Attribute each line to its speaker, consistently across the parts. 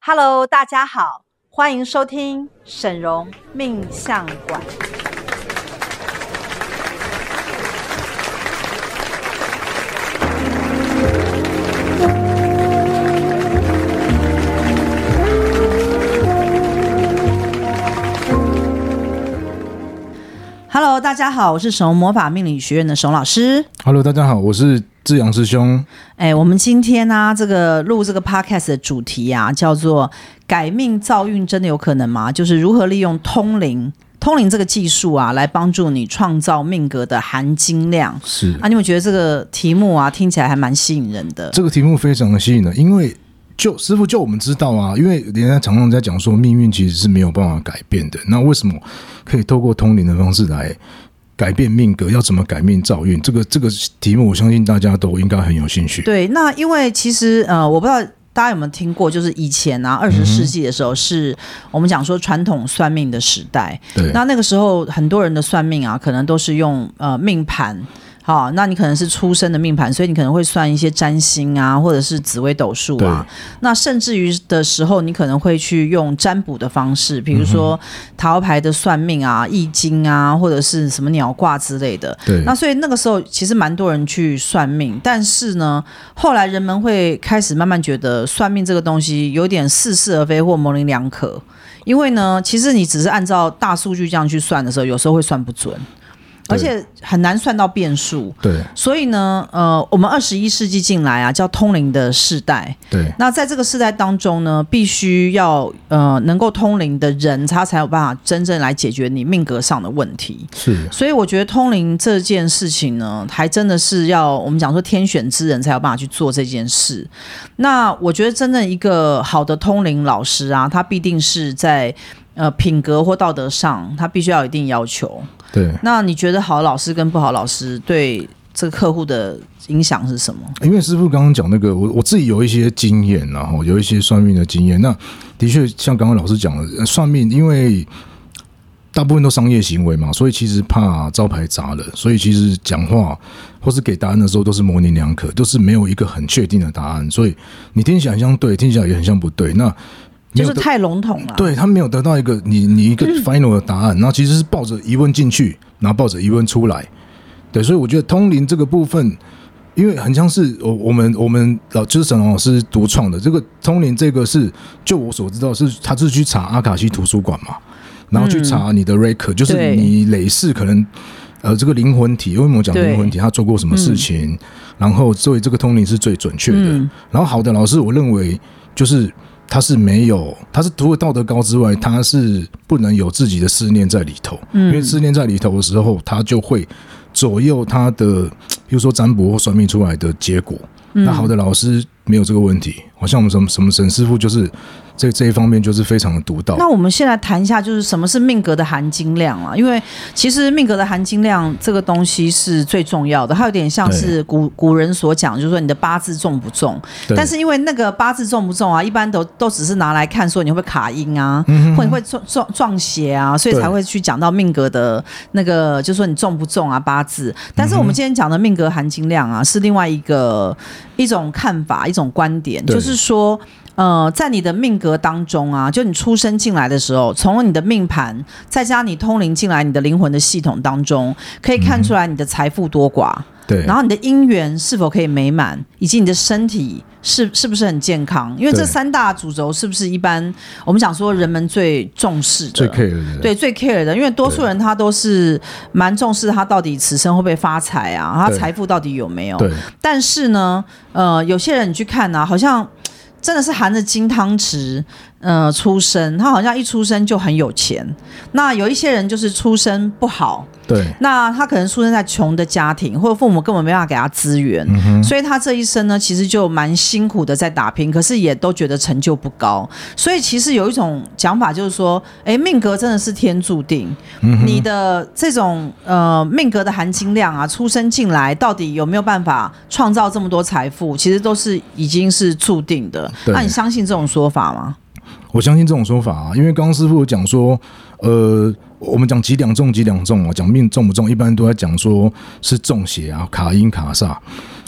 Speaker 1: Hello，大家好，欢迎收听沈荣命相馆。Hello，大家好，我是沈荣魔法命理学院的沈荣老师。
Speaker 2: Hello，大家好，我是志阳师兄。
Speaker 1: 哎，我们今天呢、这个录这个 podcast 的主题啊，叫做“改命造运真的有可能吗？”就是如何利用通灵、通灵这个技术啊，来帮助你创造命格的含金量
Speaker 2: 是
Speaker 1: 啊。你有没有觉得这个题目啊，听起来还蛮吸引人的？
Speaker 2: 这个题目非常的吸引人，因为就师傅就我们知道啊，因为人家常常在讲说命运其实是没有办法改变的，那为什么可以透过通灵的方式来改变命格？要怎么改命造运？这个这个题目，我相信大家都应该很有兴趣。
Speaker 1: 对，那因为其实呃，我不知道大家有没有听过，就是以前啊，二十世纪的时候是，我们讲说传统算命的时代。
Speaker 2: 对
Speaker 1: 那那个时候很多人的算命啊，可能都是用呃命盘。好，那你可能是出生的命盘，所以你可能会算一些占星啊，或者是紫微斗数
Speaker 2: 对
Speaker 1: 啊。那甚至于的时候，你可能会去用占卜的方式，比如
Speaker 2: 嗯
Speaker 1: 说塔罗牌的算命啊、易经啊，或者是什么鸟卦之类的。
Speaker 2: 对
Speaker 1: 那所以那个时候其实蛮多人去算命，但是呢，后来人们会开始慢慢觉得算命这个东西有点似是而非或模棱两可，因为呢，其实你只是按照大数据这样去算的时候，有时候会算不准，
Speaker 2: 对
Speaker 1: 而且很难算到变数。
Speaker 2: 对
Speaker 1: 所以呢，呃，我们二十一世纪进来啊，叫通灵的世代。
Speaker 2: 对
Speaker 1: 那在这个世代当中呢，必须要呃能够通灵的人，他才有办法真正来解决你命格上的问题。
Speaker 2: 是，
Speaker 1: 所以我觉得通灵这件事情呢，还真的是要我们讲说天选之人才有办法去做这件事。那我觉得真正一个好的通灵老师啊，他必定是在呃品格或道德上，他必须要有一定要求。
Speaker 2: 对。
Speaker 1: 那你觉得好的老师跟不好的老师对这个客户的影响是什么？
Speaker 2: 因为师傅刚刚讲那个，我我自己有一些经验啊，然后有一些算命的经验。那的确像刚刚老师讲的，呃算命因为大部分都商业行为嘛，所以其实怕招牌砸了，所以其实讲话或是给答案的时候都是模棱两可，都是没有一个很确定的答案，所以你听起来很像对，听起来也很像不对。那没
Speaker 1: 就
Speaker 2: 有
Speaker 1: 是
Speaker 2: 得
Speaker 1: 太笼统了。
Speaker 2: 对他没有得到一个你你一个 final 的答案，然后其实是抱着疑问进去，然后抱着疑问出来。对，所以我觉得通灵这个部分，因为很像是我我们我们老就是沈龙老师独创的这个通灵，这个是就我所知道是他是去查阿卡西图书馆嘛，然后去查你的 rake，、就是
Speaker 1: 对
Speaker 2: 你累世可能。呃，这个灵魂体，为什么讲灵魂体？他做过什么事情？然后所以这个通灵是最准确的。
Speaker 1: 嗯
Speaker 2: 然后好的老师，我认为就是他是没有，他是除了道德高之外，他是不能有自己的思念在里头，
Speaker 1: 嗯
Speaker 2: 因为思念在里头的时候，他就会左右他的，比如说占卜或算命出来的结果。
Speaker 1: 嗯
Speaker 2: 那好的老师没有这个问题，好像我们什么什么沈师傅就是这这一方面就是非常的独到。
Speaker 1: 那我们先来谈一下，就是什么是命格的含金量啊？因为其实命格的含金量这个东西是最重要的，它有点像是古古人所讲，就是说你的八字重不重。
Speaker 2: 对
Speaker 1: 但是因为那个八字重不重啊，一般都都只是拿来看说你会不会卡音啊，
Speaker 2: 嗯
Speaker 1: 或者你会撞撞撞邪啊，所以
Speaker 2: 对
Speaker 1: 才会去讲到命格的那个，就是说你重不重啊八字。但
Speaker 2: 嗯
Speaker 1: 是我们今天讲的命格含金量啊，是另外一个一种看法，一种观点，
Speaker 2: 对
Speaker 1: 就是说。呃，在你的命格当中啊，就你出生进来的时候，从你的命盘，再加你通灵进来你的灵魂的系统当中，可以
Speaker 2: 嗯
Speaker 1: 看出来你的财富多寡，
Speaker 2: 对
Speaker 1: 然后你的姻缘是否可以美满，以及你的身体是是不是很健康？因为这
Speaker 2: 对
Speaker 1: 三大主轴是不是一般我们讲说人们最重视的？
Speaker 2: 最 care 的
Speaker 1: 对最 care 的，因为多数人他都是蛮重视他到底此生会不会发财啊，他
Speaker 2: 对
Speaker 1: 财富到底有没有？
Speaker 2: 对
Speaker 1: 但是呢，呃，有些人你去看啊，好像真的是含着金汤匙，呃，出生，他好像一出生就很有钱。那有一些人就是出生不好，
Speaker 2: 对
Speaker 1: 那他可能出生在穷的家庭，或者父母根本没办法给他资源，所以他这一生呢，其实就蛮辛苦的在打拼，可是也都觉得成就不高。所以其实有一种讲法就是说，诶，命格真的是天注定，你的这种呃命格的含金量啊，出生进来到底有没有办法创造这么多财富，其实都是已经是注定的。
Speaker 2: 对
Speaker 1: 那你相信这种说法吗？
Speaker 2: 我相信这种说法啊，因为刚刚师傅有讲说，呃，我们讲几两重几两重啊，讲命重不重，一般都在讲说是重邪啊、卡阴卡煞。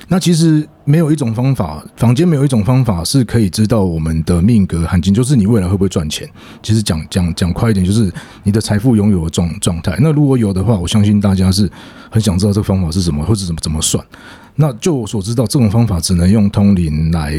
Speaker 2: 那其实没有一种方法，坊间没有一种方法是可以知道我们的命格含金，就是你未来会不会赚钱。其实讲讲讲快一点，就是你的财富拥有的状状态。那如果有的话，我相信大家是很想知道这个方法是什么，或者怎么怎么算。那就我所知道，这种方法只能用通灵来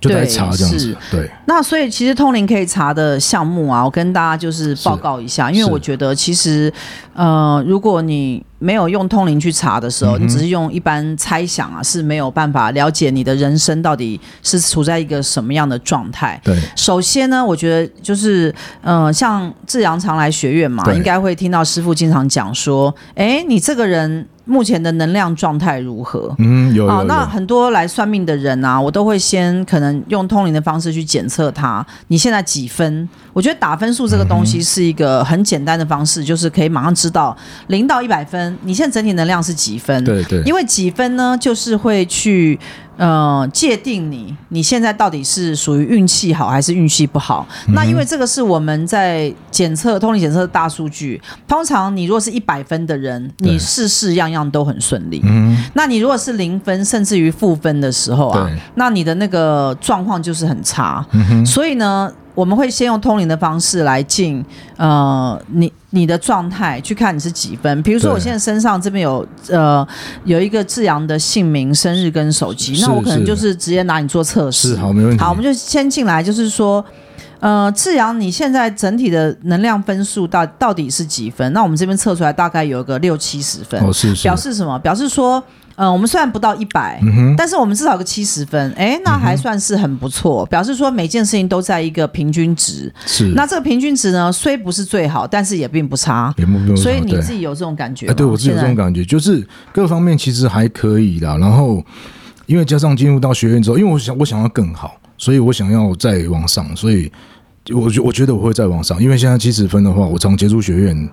Speaker 2: 就来
Speaker 1: 对
Speaker 2: 查这样子
Speaker 1: 是。
Speaker 2: 对，
Speaker 1: 那所以其实通灵可以查的项目啊，我跟大家就是报告一下，因为
Speaker 2: 是
Speaker 1: 我觉得其实，呃，如果你没有用通灵去查的时
Speaker 2: 嗯
Speaker 1: 候，你只是用一般猜想啊，是没有办法了解你的人生到底是处在一个什么样的状态。
Speaker 2: 对，
Speaker 1: 首先呢，我觉得就是，呃，像志阳常来学院嘛，
Speaker 2: 对
Speaker 1: 应该会听到师傅经常讲说，哎，你这个人目前的能量状态如何？
Speaker 2: 嗯，有
Speaker 1: 啊、
Speaker 2: 有
Speaker 1: 那
Speaker 2: 有，
Speaker 1: 很多来算命的人啊，我都会先可能用通灵的方式去检测他你现在几分。我觉得打分数这个东西是一个很简单的方式，就是可以马上知道零到一百分，你现在整体能量是几分。
Speaker 2: 对对，
Speaker 1: 因为几分呢，就是会去呃界定你你现在到底是属于运气好还是运气不好。
Speaker 2: 嗯
Speaker 1: 那因为这个是我们在检测通灵检测的大数据，通常你如果是一百分的人，你
Speaker 2: 对
Speaker 1: 事事样样都很顺利。
Speaker 2: 嗯，
Speaker 1: 那你如果是零分甚至于负分的时候啊
Speaker 2: 对，嗯
Speaker 1: 那你的那个状况就是很差。所以呢，我们会先用通灵的方式来进呃你你的状态，去看你是几分。比如说
Speaker 2: 对
Speaker 1: 我现在身上这边有呃有一个志阳的姓名、生日跟手机，那
Speaker 2: 是
Speaker 1: 我可能
Speaker 2: 是
Speaker 1: 就是直接拿你做测试。
Speaker 2: 是好，没问题。
Speaker 1: 好，我们就先进来，就是说，呃，志阳，你现在整体的能量分数到到底是几分？那我们这边测出来大概有个六七十分，
Speaker 2: 哦，是是，
Speaker 1: 表示什么？表示说，呃，我们虽然不到一百、
Speaker 2: 嗯哼，嗯
Speaker 1: 但是我们至少有个七十分，哎，那还算是很不错，表示说每件事情都在一个平均值。
Speaker 2: 是，
Speaker 1: 那这个平均值呢，虽不是最好，但是也并不差。
Speaker 2: 也不用
Speaker 1: 所以你
Speaker 2: 嗯对
Speaker 1: 自己有这种感觉
Speaker 2: 哎，
Speaker 1: 吗？
Speaker 2: 对我自己有这种
Speaker 1: 现在
Speaker 2: 感觉，就是各方面其实还可以啦。然后，因为加上进入到学院之后，因为我想我想要更好，所以我想要再往上，所以我觉我觉得我会再往上。因为现在七十分的话，我常接触学院，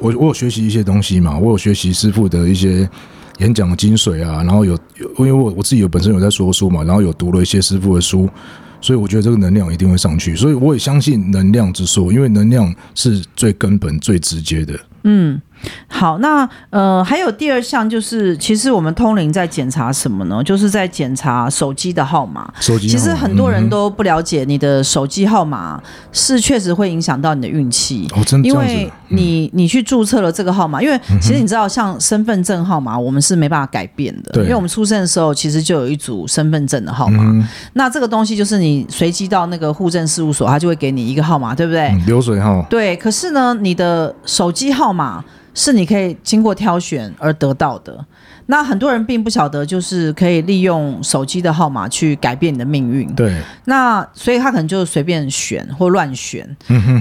Speaker 2: 我我有学习一些东西嘛，我有学习师傅的一些。演讲的精髓啊，然后有，有因为我我自己有本身有在说书嘛，然后有读了一些师傅的书，所以我觉得这个能量一定会上去，所以我也相信能量之说，因为能量是最根本、最直接的。
Speaker 1: 好，那呃，还有第二项就是，其实我们通灵在检查什么呢？就是在检查手机的号码。
Speaker 2: 手机
Speaker 1: 其实
Speaker 2: 号码
Speaker 1: 很多
Speaker 2: 嗯
Speaker 1: 人都不了解，你的手机号码是确实会影响到你的运气。
Speaker 2: 哦，真这
Speaker 1: 因
Speaker 2: 样子嗯
Speaker 1: 为
Speaker 2: 的
Speaker 1: 你你去注册了这个号码，因为其实你知道，像身份证号码，我们是没办法改变的，
Speaker 2: 对嗯
Speaker 1: 因为我们出生的时候其实就有一组身份证的号码。那这个东西就是你随机到那个户政事务所，他就会给你一个号码，对不对？
Speaker 2: 嗯流水号，
Speaker 1: 对，可是呢，你的手机号码是你可以经过挑选而得到的。那很多人并不晓得，就是可以利用手机的号码去改变你的命运。
Speaker 2: 对，
Speaker 1: 那所以他可能就随便选或乱选。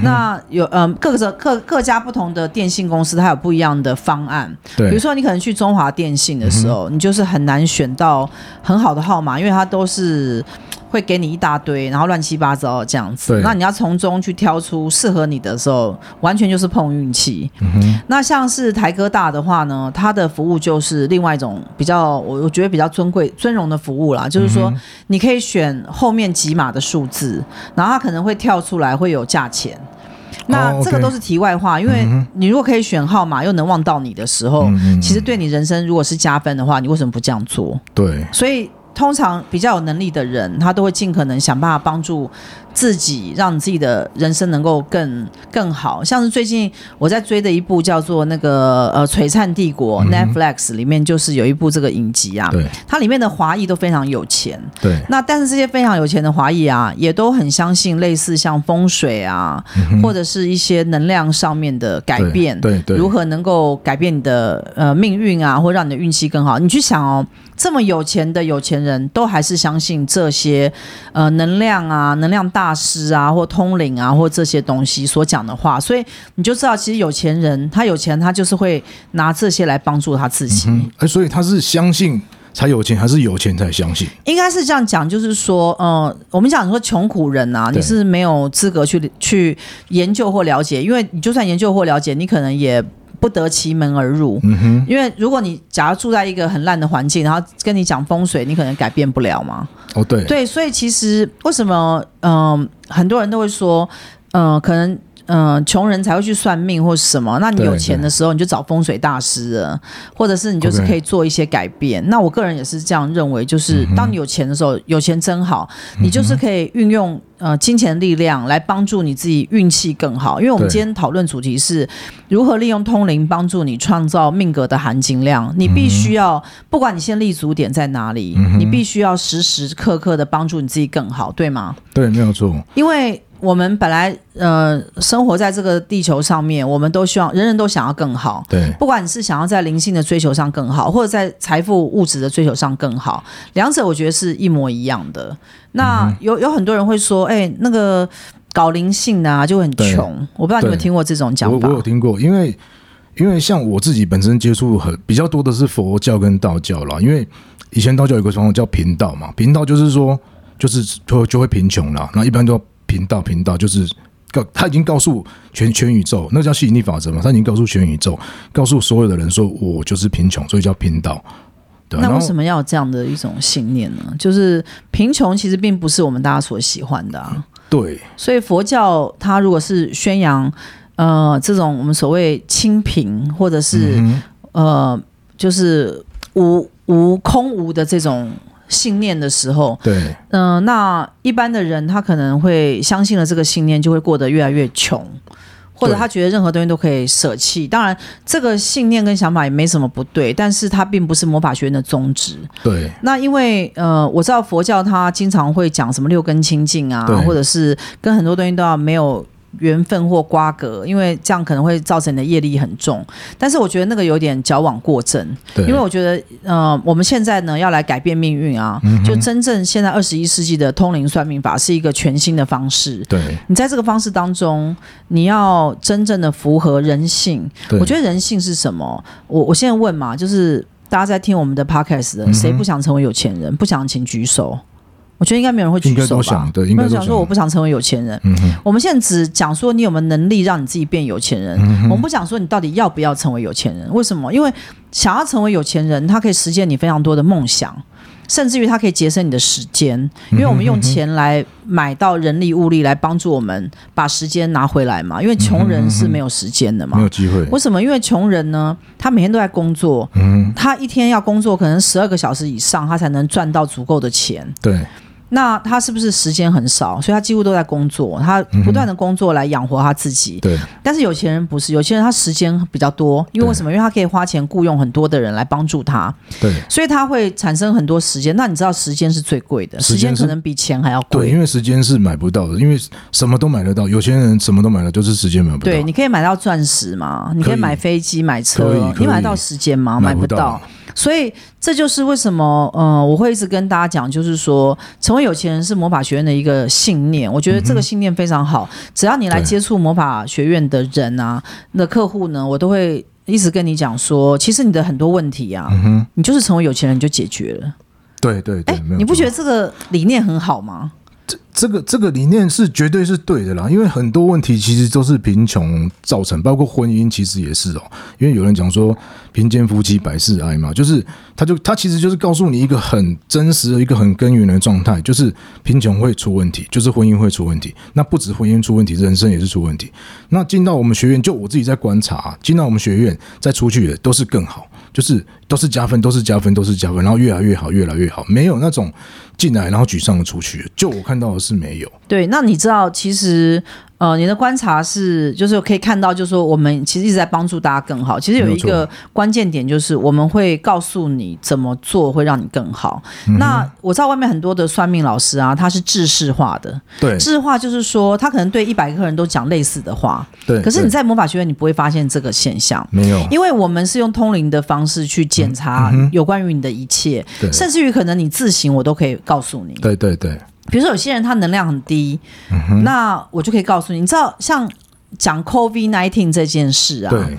Speaker 1: 那有嗯，各个各各家不同的电信公司，它有不一样的方案。
Speaker 2: 对，
Speaker 1: 比如说，你可能去中华电信的时候，你就是很难选到很好的号码，因为它都是会给你一大堆，然后乱七八糟这样子
Speaker 2: 对。
Speaker 1: 那你要从中去挑出适合你的时候，完全就是碰运气。
Speaker 2: 嗯
Speaker 1: 那像是台科大的话呢，它的服务就是另外一种比较，我我觉得比较尊贵、尊荣的服务啦，就是
Speaker 2: 嗯
Speaker 1: 说你可以选后面几码的数字，然后它可能会跳出来会有价钱。那
Speaker 2: 哦
Speaker 1: 这个
Speaker 2: OK
Speaker 1: 都是题外话，因为你如果可以选号码又能望到你的时候，
Speaker 2: 嗯嗯
Speaker 1: 其实对你人生如果是加分的话，你为什么不这样做？
Speaker 2: 对，
Speaker 1: 所以通常比较有能力的人，他都会尽可能想办法帮助自己，让你自己的人生能够更更好。像是最近我在追的一部叫做那个呃《璀璨帝国》Netflix
Speaker 2: 嗯
Speaker 1: 里面就是有一部这个影集啊，
Speaker 2: 对，
Speaker 1: 它里面的华裔都非常有钱，
Speaker 2: 对，
Speaker 1: 那但是这些非常有钱的华裔啊，也都很相信类似像风水啊，或者是一些能量上面的改
Speaker 2: 嗯对
Speaker 1: 变，
Speaker 2: 对对，
Speaker 1: 如何能够改变你的呃命运啊，或让你的运气更好？你去想哦，这么有钱的有钱人都还是相信这些呃能量啊、能量大师啊，或通灵啊，或这些东西所讲的话，所以你就知道，其实有钱人他有钱，他就是会拿这些来帮助他自己。
Speaker 2: 嗯？哎，所以他是相信才有钱，还是有钱才相信？
Speaker 1: 应该是这样讲，就是说，呃，我们讲说穷苦人啊，
Speaker 2: 对
Speaker 1: 你是没有资格去去研究或了解，因为你就算研究或了解，你可能也不得其门而入。嗯哼，因为如果你假如住在一个很烂的环境，然后跟你讲风水，你可能改变不了嘛。
Speaker 2: 哦，对，
Speaker 1: 对，所以其实为什么，嗯、很多人都会说，嗯、可能。嗯，穷人才会去算命或是什么。那你
Speaker 2: 对
Speaker 1: 有钱的时候，你就找风水大师了，或者是你就是
Speaker 2: OK
Speaker 1: 可以做一些改变。那我个人也是这样认为，就是
Speaker 2: 嗯
Speaker 1: 当你有钱的时候，有钱真好，你就是可以运用呃金钱力量来帮助你自己运气更好。因为我们
Speaker 2: 对
Speaker 1: 今天讨论主题是如何利用通灵帮助你创造命格的含金量。你必须要，不管你先立足点在哪里，你必须要时时刻刻的帮助你自己更好，对吗？
Speaker 2: 对，没有错，
Speaker 1: 因为我们本来呃生活在这个地球上面，我们都希望人人都想要更好。
Speaker 2: 对，
Speaker 1: 不管你是想要在灵性的追求上更好，或者在财富物质的追求上更好，两者我觉得是一模一样的。
Speaker 2: 嗯
Speaker 1: 那有有很多人会说，哎、那个搞灵性的啊就会很
Speaker 2: 对
Speaker 1: 穷。我不知道你有没有
Speaker 2: 对
Speaker 1: 听过这种讲
Speaker 2: 我
Speaker 1: 法
Speaker 2: 我有听过，因为因为像我自己本身接触很比较多的是佛教跟道教啦，因为以前道教有个传统叫贫道嘛，贫道就是说就是就就会贫穷啦，那一般都贫道贫道就是。告他已经告诉全全宇宙，那叫吸引力法则嘛。他已经告诉全宇宙，告诉所有的人说，我就是贫穷，所以叫贫道。对
Speaker 1: 那
Speaker 2: 啊，然
Speaker 1: 为
Speaker 2: 后
Speaker 1: 什么要有这样的一种信念呢？就是贫穷其实并不是我们大家所喜欢的啊。
Speaker 2: 对
Speaker 1: 所以佛教它如果是宣扬呃这种我们所谓清贫或者是、
Speaker 2: 嗯
Speaker 1: 呃就是无无空无的这种信念的时候，
Speaker 2: 对
Speaker 1: 嗯、那一般的人他可能会相信了这个信念，就会过得越来越穷。或者
Speaker 2: 对
Speaker 1: 他觉得任何东西都可以舍弃，当然这个信念跟想法也没什么不对，但是它并不是魔法学院的宗旨。
Speaker 2: 对
Speaker 1: 那因为呃，我知道佛教它经常会讲什么六根清净啊
Speaker 2: 对，
Speaker 1: 或者是跟很多东西都要没有缘分或瓜葛，因为这样可能会造成你的业力很重。但是我觉得那个有点矫枉过正，
Speaker 2: 对，
Speaker 1: 因为我觉得呃，我们现在呢要来改变命运啊，
Speaker 2: 嗯
Speaker 1: 就真正现在二十一世纪的通灵算命法是一个全新的方式。
Speaker 2: 对
Speaker 1: 你在这个方式当中，你要真正的符合人性，
Speaker 2: 对，
Speaker 1: 我觉得人性是什么？我我现在问嘛，就是大家在听我们的 podcast
Speaker 2: 嗯
Speaker 1: 的，谁不想成为有钱人？不想请举手。我觉得应该没有人会举
Speaker 2: 应该
Speaker 1: 手
Speaker 2: 都
Speaker 1: 吧
Speaker 2: 想？对，应
Speaker 1: 没
Speaker 2: 该
Speaker 1: 有
Speaker 2: 都
Speaker 1: 讲说我不想成为有钱人。
Speaker 2: 嗯哼，
Speaker 1: 我们现在只讲说你有没有能力让你自己变有钱人，
Speaker 2: 嗯
Speaker 1: 我们不讲说你到底要不要成为有钱人。为什么？因为想要成为有钱人，他可以实现你非常多的梦想，甚至于他可以节省你的时
Speaker 2: 嗯
Speaker 1: 间，因为我们用钱来买到人力物力来帮助我们把时间拿回来嘛。因为穷
Speaker 2: 嗯
Speaker 1: 人是没有时间的嘛
Speaker 2: 没，有机会，
Speaker 1: 为什么？因为穷人呢，他每天都在工作，
Speaker 2: 嗯，
Speaker 1: 他一天要工作可能十二个小时以上，他才能赚到足够的钱。
Speaker 2: 对
Speaker 1: 那他是不是时间很少？所以他几乎都在工作，他不断的工作来养活他自己。
Speaker 2: 嗯对
Speaker 1: 但是有钱人不是，有钱人他时间比较多，因为为什么？因为他可以花钱雇佣很多的人来帮助他，
Speaker 2: 对
Speaker 1: 所以他会产生很多时间。那你知道时间是最贵的，
Speaker 2: 时
Speaker 1: 时
Speaker 2: 间
Speaker 1: 间
Speaker 2: 是
Speaker 1: 可能比钱还要
Speaker 2: 对，
Speaker 1: 贵。
Speaker 2: 因为时间是买不到的，因为什么都买得到，有些人什么都买得到，就是时间买不到，
Speaker 1: 对，你可以买到钻石嘛？你可
Speaker 2: 可
Speaker 1: 以
Speaker 2: 以
Speaker 1: 买飞机、买
Speaker 2: 可以
Speaker 1: 车，
Speaker 2: 可以
Speaker 1: 你买得到时间吗？
Speaker 2: 买
Speaker 1: 买不到
Speaker 2: 到。，
Speaker 1: 所以这就是为什么，呃，我会一直跟大家讲，就是说，成为有钱人是魔法学院的一个信念。我觉得这个信念非常好，只要你来
Speaker 2: 嗯对
Speaker 1: 接触魔法学院的人啊，那客户呢，我都会一直跟你讲说，其实你的很多问题啊，
Speaker 2: 嗯
Speaker 1: 你就是成为有钱人你就解决了。
Speaker 2: 对对对
Speaker 1: 哎，，
Speaker 2: 没有
Speaker 1: 你不
Speaker 2: 错
Speaker 1: 觉得这个理念很好吗？
Speaker 2: 这个这个理念是绝对是对的啦，因为很多问题其实都是贫穷造成，包括婚姻其实也是哦。因为有人讲说贫贱夫妻百事哀嘛，就是他就他其实就是告诉你一个很真实的一个很根源的状态，就是贫穷会出问题，就是婚姻会出问题。那不止婚姻出问题，人生也是出问题。那进到我们学院，就我自己在观察，进到我们学院再出去的都是更好，就是都是加分，都是加分，都是加分，然后越来越好，越来越好，没有那种进来然后沮丧的出去。就我看到的是没有，
Speaker 1: 对，那你知道其实。呃，你的观察是，就是可以看到，就是说我们其实一直在帮助大家更好。其实有
Speaker 2: 没有
Speaker 1: 一
Speaker 2: 错
Speaker 1: 个关键点就是，我们会告诉你怎么做会让你更好。
Speaker 2: 嗯
Speaker 1: 那我知道外面很多的算命老师啊，他是制式化的，
Speaker 2: 对
Speaker 1: 制式化就是说他可能对一百个人都讲类似的话，
Speaker 2: 对。
Speaker 1: 可是你
Speaker 2: 对嗯
Speaker 1: 在魔法学院你不会发现这个现象。
Speaker 2: 没有，
Speaker 1: 因为我们是用通灵的方式去检查有关于你的一切，
Speaker 2: 嗯对
Speaker 1: 甚至于可能你自行我都可以告诉你。
Speaker 2: 对对对
Speaker 1: 比如说有些人他能量很低，
Speaker 2: 嗯
Speaker 1: 那我就可以告诉你，你知道像讲 COVID nineteen 这件事啊，
Speaker 2: 对，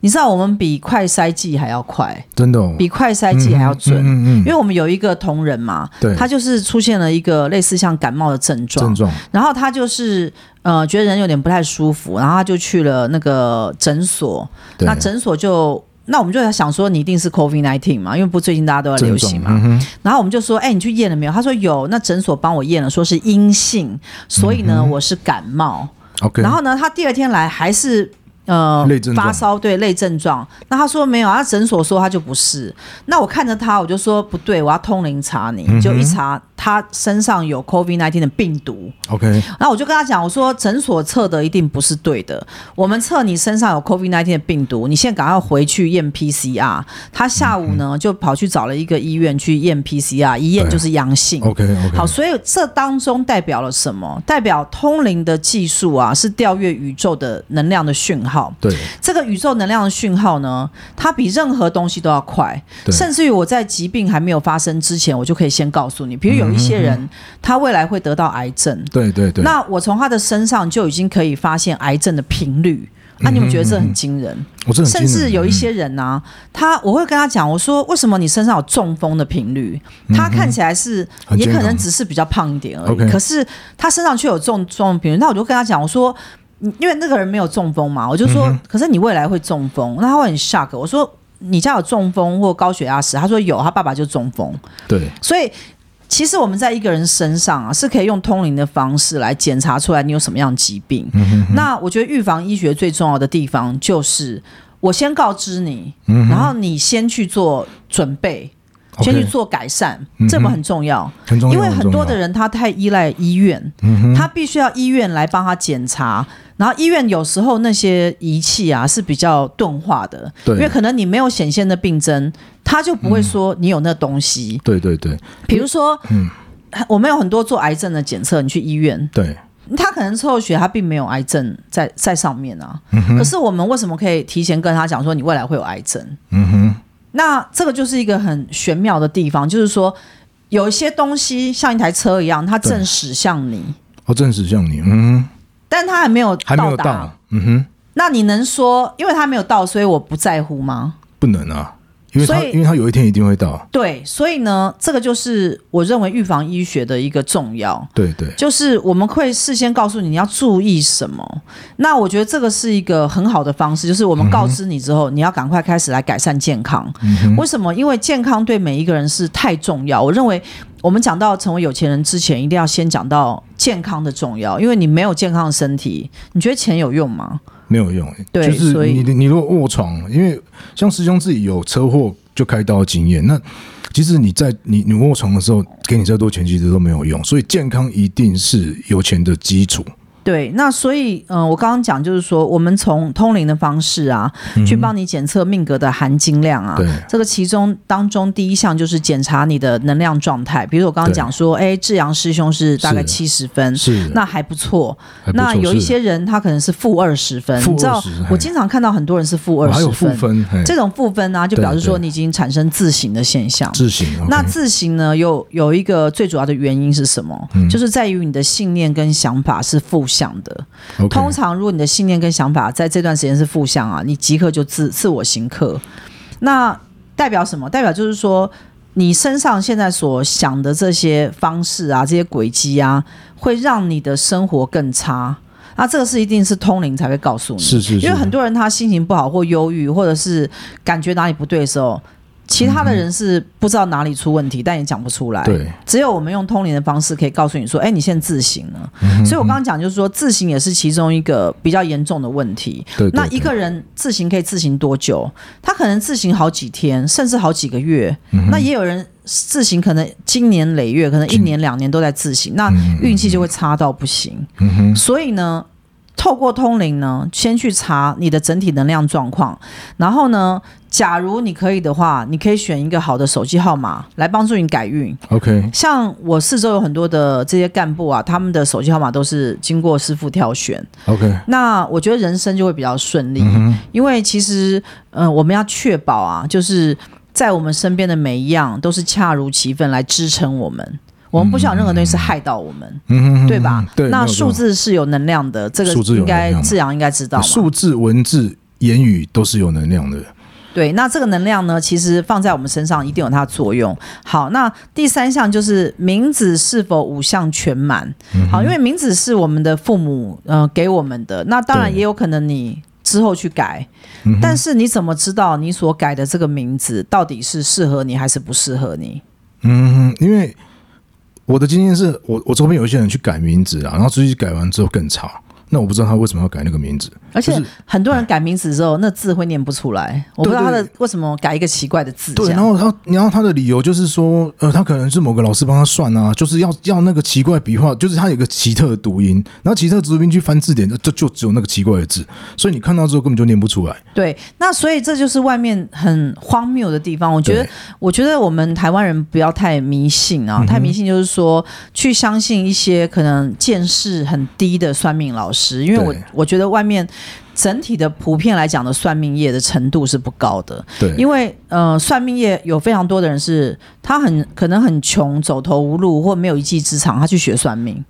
Speaker 1: 你知道我们比快筛剂还要快，
Speaker 2: 真的哦，
Speaker 1: 比快筛剂还要准。
Speaker 2: 嗯嗯嗯
Speaker 1: 因为我们有一个同仁嘛
Speaker 2: 对，
Speaker 1: 他就是出现了一个类似像感冒的症状，
Speaker 2: 症状
Speaker 1: 然后他就是呃觉得人有点不太舒服，然后他就去了那个诊所，
Speaker 2: 对
Speaker 1: 那诊所就那我们就在想说你一定是 COVID nineteen 嘛，因为不最近大家都在
Speaker 2: 症
Speaker 1: 流
Speaker 2: 状
Speaker 1: 行嘛，
Speaker 2: 嗯哼
Speaker 1: 然后我们就说，哎、你去
Speaker 2: 嗯
Speaker 1: 验了没有？他说有，那诊所帮我验了，说是阴性，所以呢，我是感冒。
Speaker 2: OK，
Speaker 1: 然后呢，他第二天来还是呃
Speaker 2: 类症状
Speaker 1: 发烧，对类症状。那他说没有，他诊所说他就不是。那我看着他，我就说不对，我要通灵查
Speaker 2: 嗯
Speaker 1: 你。就一查，他身上有 COVID 1 9的病毒。
Speaker 2: OK，
Speaker 1: 然后我就跟他讲，我说诊所测的一定不是对的，我们测你身上有 COVID 1 9的病毒，你现在赶快回去验 PCR。他下午
Speaker 2: 嗯
Speaker 1: 呢就跑去找了一个医院去验 PCR，一验就是阳性。
Speaker 2: OK OK，
Speaker 1: 好，所以这当中代表了什么？代表通灵的技术啊，是调阅宇宙的能量的讯号。
Speaker 2: 对，
Speaker 1: 这个宇宙能量的讯号呢，它比任何东西都要快，
Speaker 2: 对
Speaker 1: 甚至于我在疾病还没有发生之前，我就可以先告诉你。比如有一些
Speaker 2: 嗯
Speaker 1: 人，他未来会得到癌症，
Speaker 2: 对对对，
Speaker 1: 那我从他的身上就已经可以发现癌症的频率。
Speaker 2: 嗯
Speaker 1: 啊，你们觉得这很惊人？
Speaker 2: 我真的嗯很
Speaker 1: 甚
Speaker 2: 惊人嗯
Speaker 1: 至有一些人呢、他我会跟他讲，我说为什么你身上有中风的频率？他看起来是
Speaker 2: 嗯很
Speaker 1: 也
Speaker 2: 健
Speaker 1: 可
Speaker 2: 康
Speaker 1: 能只是比较胖一点而
Speaker 2: OK
Speaker 1: 已，可是他身上却有中风的频率。那我就跟他讲，我说。嗯因为那个人没有中风嘛，我就
Speaker 2: 嗯
Speaker 1: 说，可是你未来会中风，那他会很 shock。我说你家有中风或高血压史，他说有，他爸爸就中风，
Speaker 2: 嗯对
Speaker 1: 所以其实我们在一个人身上啊，是可以用通灵的方式来检查出来你有什么样的疾病。
Speaker 2: 嗯
Speaker 1: 那我觉得预防医学最重要的地方就是，我先告知你，然后你先去做准备。先去
Speaker 2: 嗯，OK，
Speaker 1: 做改善
Speaker 2: 嗯哼
Speaker 1: 这个很重要，
Speaker 2: 很重要，嗯
Speaker 1: 因为很多的
Speaker 2: 人
Speaker 1: 人他太依赖医院，他必须要医院来帮他检查，然后医院有时候那些仪器啊是比较钝化的，
Speaker 2: 对嗯
Speaker 1: 因为可能你没有显现的病征，他就不会说你有那东西，
Speaker 2: 对对对
Speaker 1: 比如说，
Speaker 2: 嗯
Speaker 1: 我们有很多做癌症的检测，你去医院，
Speaker 2: 对，
Speaker 1: 他可能抽血，他并没有癌症在在上面啊。
Speaker 2: 嗯
Speaker 1: 可是我们为什么可以提前跟他讲说你未来会有癌症？
Speaker 2: 嗯哼，
Speaker 1: 那这个就是一个很玄妙的地方，就是说有一些东西像一台车一样，它正驶向你，
Speaker 2: 哦，正式向你，嗯哼，
Speaker 1: 但它还没有
Speaker 2: 还没有
Speaker 1: 达。
Speaker 2: 到，嗯哼，
Speaker 1: 那你能说，因为它没有到，所以我不在乎吗？
Speaker 2: 不能啊，因为他
Speaker 1: 所以
Speaker 2: 因为他有一天一定会到，
Speaker 1: 对，所以呢，这个就是我认为预防医学的一个重要。
Speaker 2: 对对
Speaker 1: 就是我们会事先告诉你你要注意什么。那我觉得这个是一个很好的方式，就是我们告知你之后，你要赶快开始来改善健康。为什么？因为健康对每一个人是太重要。我认为我们讲到成为有钱人之前，一定要先讲到健康的重要，因为你没有健康的身体，你觉得钱有用吗？
Speaker 2: 没有用，
Speaker 1: 对
Speaker 2: 就是
Speaker 1: 所以
Speaker 2: 你你如果卧床，因为像师兄自己有车祸就开刀的经验，那其实你在你你卧床的时候，给你再多钱其实都没有用，所以健康一定是有钱的基础，
Speaker 1: 对，那所以，嗯、我刚刚讲就是说，我们从通灵的方式啊，去帮你检测命格的含金量啊
Speaker 2: 对，
Speaker 1: 这个其中当中第一项就是检查你的能量状态。比如我刚刚
Speaker 2: 对
Speaker 1: 讲说，哎，志阳师兄是大概
Speaker 2: 是
Speaker 1: 七十分，
Speaker 2: 是
Speaker 1: 那还不错。
Speaker 2: 还不错
Speaker 1: 那有一
Speaker 2: 是
Speaker 1: 些人他可能是负二十分，
Speaker 2: 负
Speaker 1: 你知道
Speaker 2: 20，
Speaker 1: 我
Speaker 2: 嘿
Speaker 1: 经常看到很多人是负
Speaker 2: 哦
Speaker 1: 二
Speaker 2: 还
Speaker 1: 十
Speaker 2: 有负分，嘿
Speaker 1: 这种负分呢、啊就
Speaker 2: 对
Speaker 1: 表示说
Speaker 2: 对
Speaker 1: 你已经产生自省的现象。
Speaker 2: 自省，OK，
Speaker 1: 那自行呢，有有一个最主要的原因是什么？
Speaker 2: 嗯
Speaker 1: 就是在于你的信念跟想法是负向的。
Speaker 2: OK
Speaker 1: 通常，如果你的信念跟想法在这段时间是负向啊，你即刻就自自我行克。那代表什么？代表就是说，你身上现在所想的这些方式啊，这些轨迹啊，会让你的生活更差。那这个是一定是通灵才会告诉你，
Speaker 2: 是是是
Speaker 1: 因为很多人他心情不好或忧郁，或者是感觉哪里不对的时候，其他的人是不知道哪里出问题，但也讲不出来。
Speaker 2: 对
Speaker 1: 只有我们用通灵的方式可以告诉你说，哎，你现在自省了。
Speaker 2: 嗯
Speaker 1: 所以我刚刚讲就是说，自省也是其中一个比较严重的问题。
Speaker 2: 对，
Speaker 1: 那
Speaker 2: 对
Speaker 1: 一个人自行可以自行多久？他可能自行好几天，甚至好几个月。
Speaker 2: 嗯
Speaker 1: 那也有人自行可能经年累月，可能一年两年都在自行，
Speaker 2: 嗯
Speaker 1: 那运气就会差到不行。所以呢，透过通灵呢，先去查你的整体能量状况，然后呢，假如你可以的话，你可以选一个好的手机号码来帮助你改运。
Speaker 2: OK
Speaker 1: 像我四周有很多的这些干部啊，他们的手机号码都是经过师傅挑选。
Speaker 2: OK，
Speaker 1: 那我觉得人生就会比较顺利，
Speaker 2: 嗯
Speaker 1: 因为其实，嗯、我们要确保啊，就是在我们身边的每一样都是恰如其分来支撑我们。我们不想任何东西是害到我们，
Speaker 2: 嗯哼，
Speaker 1: 对吧？
Speaker 2: 对，没
Speaker 1: 那
Speaker 2: 有错
Speaker 1: 数字是有能量的，这个
Speaker 2: 数字有
Speaker 1: 应该
Speaker 2: 能量
Speaker 1: 志阳应该知道嘛。
Speaker 2: 数字、文字、言语都是有能量的。
Speaker 1: 对，那这个能量呢，其实放在我们身上一定有它的作用。好，那第三项就是名字是否五项全满。
Speaker 2: 嗯
Speaker 1: 好，因为名字是我们的父母呃给我们的，那当然
Speaker 2: 对嗯
Speaker 1: 也有可能你之后去改，但是你怎么知道你所改的这个名字到底是适合你还是不适合你？
Speaker 2: 嗯，因为我的经验是我我周边有一些人去改名字啊，然后出去改完之后更差，那我不知道他为什么要改那个名字。
Speaker 1: 而且
Speaker 2: 就是
Speaker 1: 很多人改名字之后，那字会念不出来，我不知道他的
Speaker 2: 对
Speaker 1: 为什么改一个奇怪的字。
Speaker 2: 对，
Speaker 1: 这样
Speaker 2: 然后他，然后他的理由就是说，呃，他可能是某个老师帮他算啊，就是要要那个奇怪笔画，就是他有一个奇特的读音，然后奇特读音去翻字典，就就只有那个奇怪的字，所以你看到之后根本就念不出来。
Speaker 1: 对，那所以这就是外面很荒谬的地方。我觉得
Speaker 2: 对，嗯
Speaker 1: 我觉得我们台湾人不要太迷信啊，太迷信就是说去相信一些可能见识很低的算命老师，因为我
Speaker 2: 对
Speaker 1: 我觉得外面整体的普遍来讲的算命业的程度是不高的，
Speaker 2: 对，
Speaker 1: 因为呃，算命业有非常多的人是他很可能很穷，走投无路或没有一技之长，他去学算命。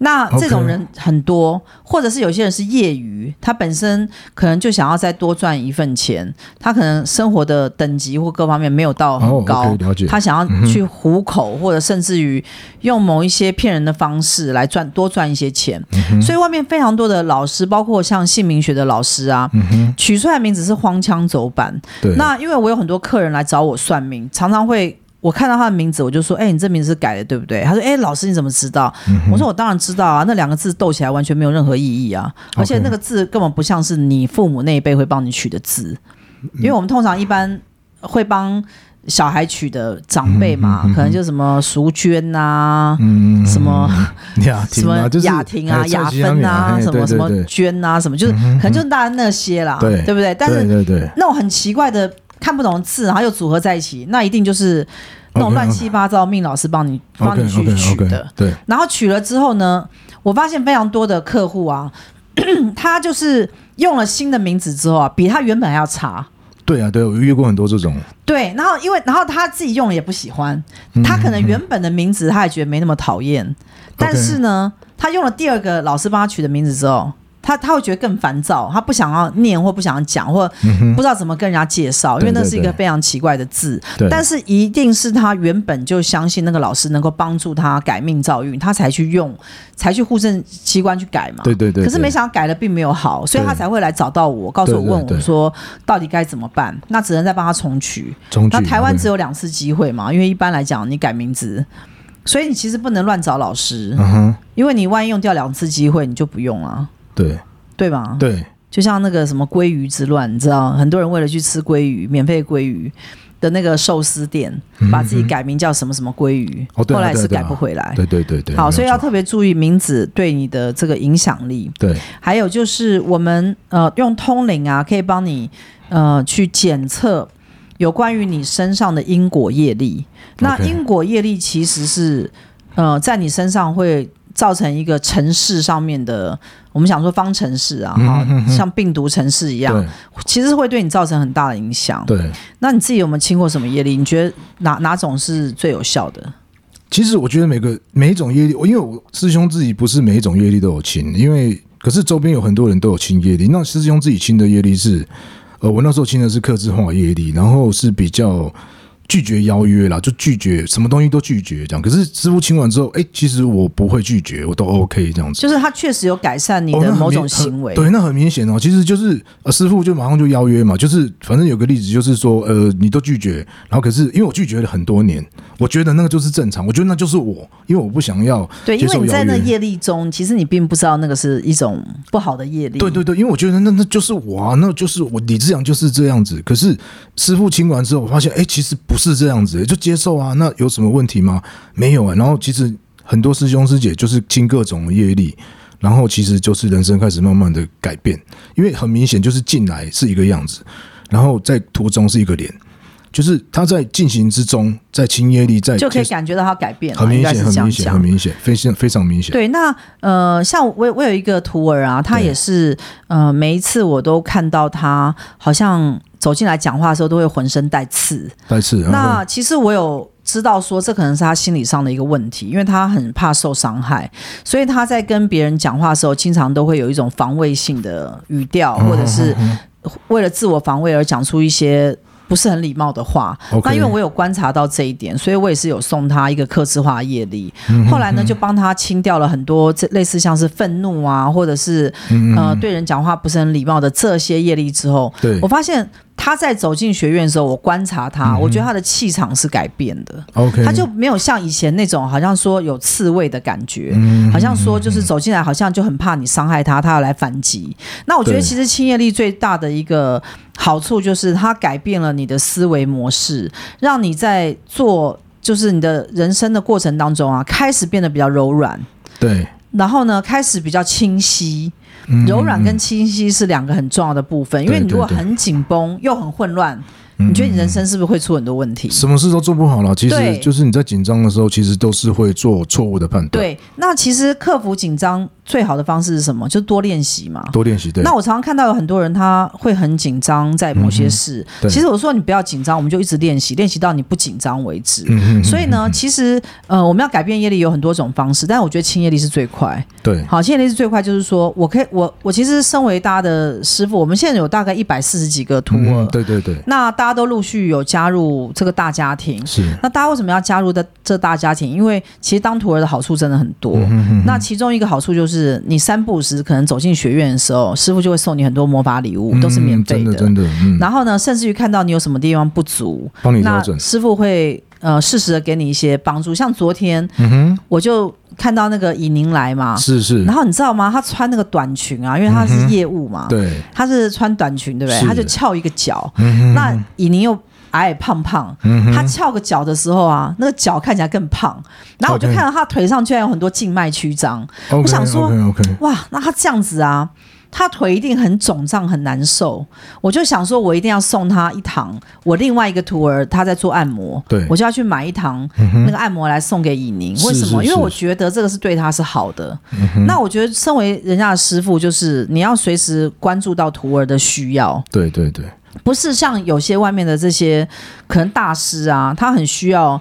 Speaker 1: 那这种
Speaker 2: OK
Speaker 1: 人很多，或者是有些人是业余，他本身可能就想要再多赚一份钱，他可能生活的等级或各方面没有到
Speaker 2: 哦
Speaker 1: 很高，
Speaker 2: ，OK，了解。
Speaker 1: 他想要去糊口，或者甚至于用某一些骗人的方式来赚多赚一些钱。
Speaker 2: 嗯
Speaker 1: 所以外面非常多的老师，包括像姓名学的老师啊，
Speaker 2: 嗯
Speaker 1: 取出来的名字是荒腔走板。
Speaker 2: 对，
Speaker 1: 那因为我有很多客人来找我算命，常常会。我看到他的名字，我就说：“哎、你这名字改了，对不对？”他说：“哎、老师你怎么知道？”
Speaker 2: 嗯
Speaker 1: 我说：“我当然知道啊，那两个字斗起来完全没有任何意义啊，而且
Speaker 2: OK
Speaker 1: 那个字根本不像是你父母那一辈会帮你取的字，
Speaker 2: 嗯
Speaker 1: 因为我们通常一般会帮小孩取的长辈嘛，可能就什么淑娟呐、
Speaker 2: 嗯
Speaker 1: 什么
Speaker 2: 雅
Speaker 1: 什
Speaker 2: 婷
Speaker 1: 么
Speaker 2: 啊，就是
Speaker 1: 雅婷啊、
Speaker 2: 哎
Speaker 1: 雅
Speaker 2: 蔡徐坤
Speaker 1: 芬啊、
Speaker 2: 哎
Speaker 1: 什么什么
Speaker 2: 对对嗯对
Speaker 1: 娟啊、什么，就是可能就是大家那些啦，
Speaker 2: 对
Speaker 1: 对不对？但是
Speaker 2: 对对对，
Speaker 1: 那种很奇怪的看不懂的字，然后又组合在一起，那一定就是那种
Speaker 2: OK，OK
Speaker 1: 乱七八糟命老师帮你帮你
Speaker 2: OK
Speaker 1: 去
Speaker 2: OK
Speaker 1: 取
Speaker 2: OK，
Speaker 1: 的。
Speaker 2: 对，
Speaker 1: 然后取了之后呢，我发现非常多的客户啊， 他就是用了新的名字之后啊，比他原本还要差。
Speaker 2: 对啊，对，我遇过很多这种，
Speaker 1: 对，然后因为然后他自己用了也不喜欢，
Speaker 2: 嗯
Speaker 1: 他可能原本的名字他也觉得没那么讨厌，但是呢，他用了第二个老师帮他取的名字之后，他他会觉得更烦躁，他不想要念或不想要讲或不知道怎么跟人家介绍，因为
Speaker 2: 嗯对
Speaker 1: 那
Speaker 2: 对
Speaker 1: 是一个
Speaker 2: 对
Speaker 1: 非常奇怪的字。
Speaker 2: 对，
Speaker 1: 但是一定是他原本就相信那个老师能够帮助他改命造运，他才去用，才去户政机关去改嘛。
Speaker 2: 对对对，
Speaker 1: 可是
Speaker 2: 对
Speaker 1: 没想到改了并没有好，所以他
Speaker 2: 对
Speaker 1: 才会来找到我，告诉我
Speaker 2: 对对
Speaker 1: 问我
Speaker 2: 对
Speaker 1: 说到底该怎么办，那只能再帮他重取。
Speaker 2: 中
Speaker 1: 那
Speaker 2: 距
Speaker 1: 台湾
Speaker 2: 对
Speaker 1: 只有两次机会嘛，因为一般来讲你改名字，所以你其实不能乱找老师，
Speaker 2: 嗯哼，
Speaker 1: 因为你万一用掉两次机会，你就不用了，
Speaker 2: 对
Speaker 1: 对吧？
Speaker 2: 对，
Speaker 1: 就像那个什么鲑鱼之乱，你知道，很多人为了去吃鲑鱼，免费鲑鱼。的那个寿司店，把自己改名叫什么什么鲑鱼，
Speaker 2: 嗯哦对啊
Speaker 1: 后来
Speaker 2: 对啊
Speaker 1: 是
Speaker 2: 对啊
Speaker 1: 改不回来。
Speaker 2: 对对对对，
Speaker 1: 哎好，所以
Speaker 2: 没有
Speaker 1: 要
Speaker 2: 错
Speaker 1: 特别注意名字对你的这个影响力。
Speaker 2: 对
Speaker 1: 还有就是我们呃用通灵啊，可以帮你呃去检测有关于你身上的因果业力。那
Speaker 2: OK
Speaker 1: 因果业力其实是呃在你身上会。造成一个城市上面的，我们想说方程式
Speaker 2: 嗯
Speaker 1: 啊，哈、像病毒城市一样，
Speaker 2: 对
Speaker 1: 其实会对你造成很大的影响。
Speaker 2: 对，
Speaker 1: 那你自己有没有经过什么业力？你觉得哪哪种是最有效的？
Speaker 2: 其实我觉得每个每一种业力，我因为我师兄自己不是每一种业力都有亲，因为可是周边有很多人都有亲业力。那师兄自己亲的业力是，呃，我那时候亲的是克制化业力，然后是比较拒绝邀约啦，就拒绝什么东西都拒绝这样。可是师傅亲完之后，哎、其实我不会拒绝，我都 OK 这样子。
Speaker 1: 就是它确实有改善你
Speaker 2: 哦那
Speaker 1: 的
Speaker 2: 很
Speaker 1: 某
Speaker 2: 明
Speaker 1: 种
Speaker 2: 很
Speaker 1: 行为。
Speaker 2: 对，那很明显哦。其实就是呃，师傅就马上就邀约嘛，就是反正有个例子，就是说呃，你都拒绝，然后可是因为我拒绝了很多年，我觉得那个就是正常，我觉得那就是我，因为我不想要
Speaker 1: 对，因
Speaker 2: 接
Speaker 1: 为
Speaker 2: 受
Speaker 1: 你在
Speaker 2: 邀
Speaker 1: 那
Speaker 2: 约。
Speaker 1: 业力中，其实你并不知道那个是一种不好的业力。
Speaker 2: 对对对，因为我觉得那那就是我啊，那就是我李志阳就是这样子。可是师傅亲完之后，我发现哎，其实不是这样子，就接受啊。那有什么问题吗？没有啊。然后其实很多师兄师姐就是亲各种业力，然后其实就是人生开始慢慢的改变，因为很明显就是进来是一个样子，然后在途中是一个脸，就是他在进行之中，在亲业力，在
Speaker 1: 就可以
Speaker 2: 接
Speaker 1: 感觉到它改变了，
Speaker 2: 很
Speaker 1: 应
Speaker 2: 明
Speaker 1: 该
Speaker 2: 显，
Speaker 1: 是
Speaker 2: 很
Speaker 1: 这样
Speaker 2: 明显，
Speaker 1: 讲。
Speaker 2: 很明显，非常非常明显。
Speaker 1: 对，那呃，像我我有一个徒儿啊，他
Speaker 2: 对
Speaker 1: 也是呃，每一次我都看到他好像走进来讲话的时候都会浑身带刺。
Speaker 2: 再次，然后
Speaker 1: 那其实我有知道说，这可能是他心理上的一个问题，因为他很怕受伤害，所以他在跟别人讲话的时候，经常都会有一种防卫性的语调，或者是为了自我防卫而讲出一些。不是很礼貌的话
Speaker 2: OK
Speaker 1: 那因为我有观察到这一点，所以我也是有送他一个克制化业力。后来呢，就帮他清掉了很多这类似像是愤怒啊，或者是呃对人讲话不是很礼貌的这些业力之后，
Speaker 2: 对嗯
Speaker 1: 我发现他在走进学院的时候，我观察他，我觉得他的气场是改变的，
Speaker 2: OK，
Speaker 1: 他就没有像以前那种好像说有刺猬的感觉，
Speaker 2: 嗯
Speaker 1: 好像说就是走进来好像就很怕你伤害他，他要来反击。那我觉得
Speaker 2: 对
Speaker 1: 其实亲业力最大的一个好处就是它改变了你的思维模式，让你在做就是你的人生的过程当中啊，开始变得比较柔软，
Speaker 2: 对
Speaker 1: 然后呢开始比较清晰。
Speaker 2: 嗯
Speaker 1: 柔软跟清晰是两个很重要的部分，因为
Speaker 2: 对
Speaker 1: 你如果
Speaker 2: 对对
Speaker 1: 很紧绷又很混乱，
Speaker 2: 嗯
Speaker 1: 你觉得你人生是不是会出很多问题？
Speaker 2: 什么事都做不好了，其实
Speaker 1: 对
Speaker 2: 就是你在紧张的时候，其实都是会做错误的判断。，
Speaker 1: 对，那其实克服紧张最好的方式是什么？就多练习嘛。
Speaker 2: 多练习。对，
Speaker 1: 那我常常看到有很多人他会很紧张，在某些事，
Speaker 2: 嗯对
Speaker 1: 其实我说你不要紧张，我们就一直练习，练习到你不紧张为止。
Speaker 2: 嗯哼
Speaker 1: 所以呢，其实呃，我们要改变业力有很多种方式，但我觉得清业力是最快。
Speaker 2: 对，
Speaker 1: 好，清业力是最快，就是说我可以，我我其实身为大家的师傅，我们现在有大概一百四十几个徒儿，
Speaker 2: 嗯，对对对，
Speaker 1: 那大家都陆续有加入这个大家庭。
Speaker 2: 是。
Speaker 1: 那大家为什么要加入的这大家庭？因为其实当徒儿的好处真的很多。
Speaker 2: 嗯
Speaker 1: 那其中一个好处就是，你三不五时可能走进学院的时候，师傅就会送你很多魔法礼物，
Speaker 2: 哼
Speaker 1: 都是免费
Speaker 2: 嗯真的真的，嗯，
Speaker 1: 然后呢，甚至于看到你有什么地方不足，
Speaker 2: 帮你调
Speaker 1: 那
Speaker 2: 整。
Speaker 1: 师傅会呃适时的给你一些帮助。像昨天
Speaker 2: 嗯
Speaker 1: 我就看到那个以宁来嘛
Speaker 2: 哼，，是是
Speaker 1: 然，后你知道吗？她穿那个短裙啊，因为她是业务嘛，
Speaker 2: 对，
Speaker 1: 她是穿短裙对不对？
Speaker 2: 嗯是
Speaker 1: 她就翘一个脚，
Speaker 2: 嗯哼，
Speaker 1: 那以宁又矮矮胖胖，
Speaker 2: 嗯
Speaker 1: 他翘个脚的时候啊，那个脚看起来更胖。然后我就
Speaker 2: OK
Speaker 1: 看到他腿上居然有很多静脉曲张，
Speaker 2: 我
Speaker 1: 想说
Speaker 2: OK OK，
Speaker 1: 哇，那他这样子啊，他腿一定很肿胀，很难受。我就想说，我一定要送他一堂。我另外一个徒儿他在做按摩，
Speaker 2: 对嗯
Speaker 1: 我就要去买一堂那个按摩来送给以宁。
Speaker 2: 是
Speaker 1: 为什么？
Speaker 2: 是嗯
Speaker 1: 因为
Speaker 2: 是
Speaker 1: 我觉得这个是对他是好的。那我觉得，身为人家的师傅，就是你要随时关注到徒儿的需要。
Speaker 2: 对对对，
Speaker 1: 不是像有些外面的这些可能大师啊，他很需要。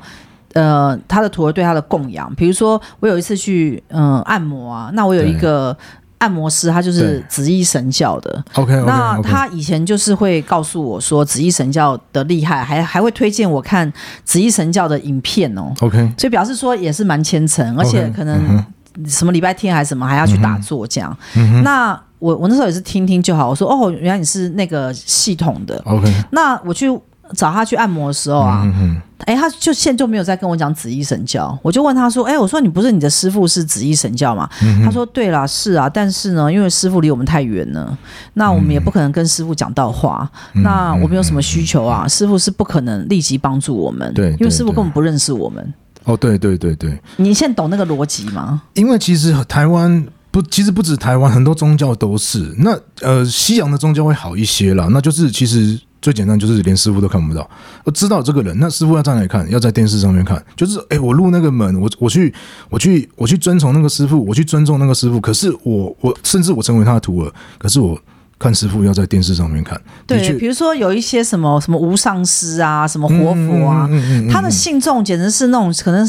Speaker 1: 呃，他的徒儿对他的供养，比如说我有一次去嗯、呃按摩啊，那我有
Speaker 2: 对
Speaker 1: 一个按摩师，他就是
Speaker 2: 对
Speaker 1: 紫衣神教的，
Speaker 2: OK OK，
Speaker 1: 那他以前就是会告诉我说紫衣神教的厉害，还还会推荐我看紫衣神教的影片哦，
Speaker 2: OK，
Speaker 1: 所以表示说也是蛮虔诚，而且
Speaker 2: OK，
Speaker 1: 可能什么礼拜天还是什么还要去打坐这样。那我我那时候也是听听就好，我说哦，原来你是那个系统的。
Speaker 2: OK，
Speaker 1: 那我去找他去按摩的时候啊，
Speaker 2: 嗯哼，
Speaker 1: 哎、他就现在就没有再跟我讲紫衣神教，我就问他说，哎、我说你不是你的师傅是紫衣神教吗？
Speaker 2: 嗯
Speaker 1: 他说对啦，是啊，但是呢，因为师傅离我们太远了，那我们也不可能跟师傅讲到话，
Speaker 2: 嗯
Speaker 1: 那我们有什么需求啊？师傅是不可能立即帮助我们，
Speaker 2: 对
Speaker 1: 因为师傅
Speaker 2: 对对
Speaker 1: 根本不认识我们。
Speaker 2: 哦，对对对对，
Speaker 1: 你现在懂那个逻辑吗？
Speaker 2: 因为其实台湾不，其实不止台湾，很多宗教都是。那呃，西洋的宗教会好一些啦，那就是其实最简单就是连师傅都看不到，我知道这个人，那师傅要在哪里看？要在电视上面看，就是诶，我入那个门，我我去我去我去遵从那个师傅，我去尊重那个师傅，可是我我甚至我成为他的徒儿，可是我看师傅要在电视上面看，的
Speaker 1: 对，
Speaker 2: 确
Speaker 1: 比如说有一些什么什么无上师啊，什么活佛啊，
Speaker 2: 嗯嗯嗯嗯嗯
Speaker 1: 他的信众简直是那种可能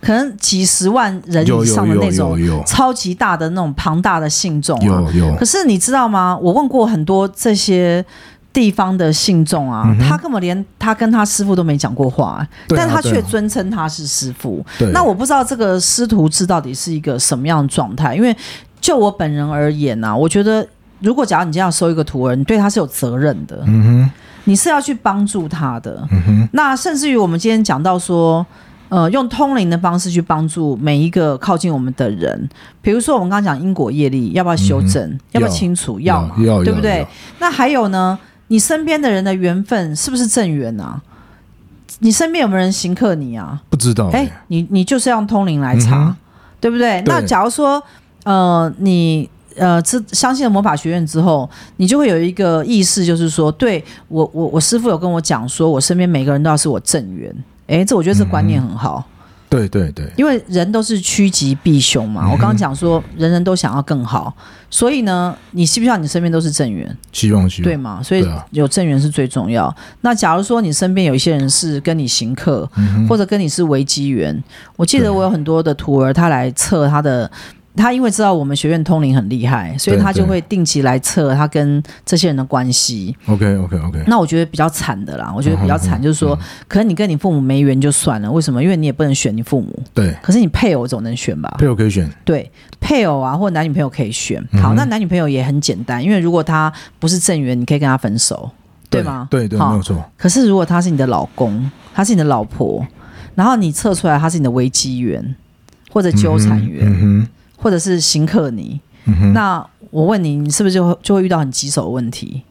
Speaker 1: 可能几十万人
Speaker 2: 有
Speaker 1: 以
Speaker 2: 有
Speaker 1: 上的
Speaker 2: 有
Speaker 1: 那
Speaker 2: 有
Speaker 1: 种
Speaker 2: 有
Speaker 1: 超级大的那种庞大的信众、啊。
Speaker 2: 有有
Speaker 1: 可是你知道吗？我问过很多这些。地方的信众啊，他根本连他跟他师傅都没讲过话、
Speaker 2: 嗯对啊
Speaker 1: 但他却
Speaker 2: 对啊
Speaker 1: 尊称他是师傅。
Speaker 2: 对，
Speaker 1: 那我不知道这个师徒制到底是一个什么样的状态，因为就我本人而言呐、啊，我觉得如果假如你今天要收一个徒儿，你对他是有责任的，
Speaker 2: 嗯
Speaker 1: 你是要去帮助他的。
Speaker 2: 哼嗯哼
Speaker 1: 那甚至于我们今天讲到说。呃，用通灵的方式去帮助每一个靠近我们的人，比如说我们刚刚讲因果业力，要不要修正，要不要清除，
Speaker 2: 嗯要
Speaker 1: 嘛，
Speaker 2: 要
Speaker 1: 对不
Speaker 2: 要
Speaker 1: 对
Speaker 2: 要？
Speaker 1: 那还有呢，你身边的人的缘分是不是正缘啊？你身边有没有人行克你啊？
Speaker 2: 不知道、
Speaker 1: 哎、
Speaker 2: 欸，
Speaker 1: 你你就是要用通灵来查，
Speaker 2: 嗯哼
Speaker 1: 对不对？
Speaker 2: 对
Speaker 1: 那假如说，呃，你呃，知相信了魔法学院之后，你就会有一个意识，就是说，对我我我师傅有跟我讲说，我身边每个人都要是我正缘。哎，这我觉得这观
Speaker 2: 嗯
Speaker 1: 念很好，
Speaker 2: 对对对，
Speaker 1: 因为人都是趋吉避凶
Speaker 2: 嗯
Speaker 1: 嘛。我刚刚讲说，人人都想要更好，所以呢，你希不希望你身边都是正缘，
Speaker 2: 希望希望
Speaker 1: 对吗？所以
Speaker 2: 对啊
Speaker 1: 有正缘是最重要。那假如说你身边有一些人是跟你行客，
Speaker 2: 嗯
Speaker 1: 或者跟你是危机缘，我记得我有很多的徒儿，他来测他的。他因为知道我们学院通灵很厉害，所以
Speaker 2: 对
Speaker 1: 他就
Speaker 2: 对
Speaker 1: 会定期来测他跟这些人的关系。
Speaker 2: ，OK OK OK，
Speaker 1: 那我觉得比较惨的啦，我觉得比较
Speaker 2: 嗯
Speaker 1: 惨
Speaker 2: 哼
Speaker 1: 就是说，可能你跟你父母没缘就算了，为什么？因为你也不能选你父母，
Speaker 2: 对，
Speaker 1: 可是你配偶总能选吧？
Speaker 2: 配偶可以选，
Speaker 1: 对，配偶啊或男
Speaker 2: 嗯
Speaker 1: 女朋友可以选。好，那男女朋友也很简单，因为如果他不是正缘，你可以跟他分手。对吗？
Speaker 2: 对对，
Speaker 1: 好
Speaker 2: 没有错。
Speaker 1: 可是如果他是你的老公，他是你的老婆，然后你测出来他是你的危机源或者纠缠源，
Speaker 2: 嗯哼，
Speaker 1: 或者是行克尼，
Speaker 2: 嗯哼，
Speaker 1: 那我问你，你是不是就会就会遇到很棘手的问题？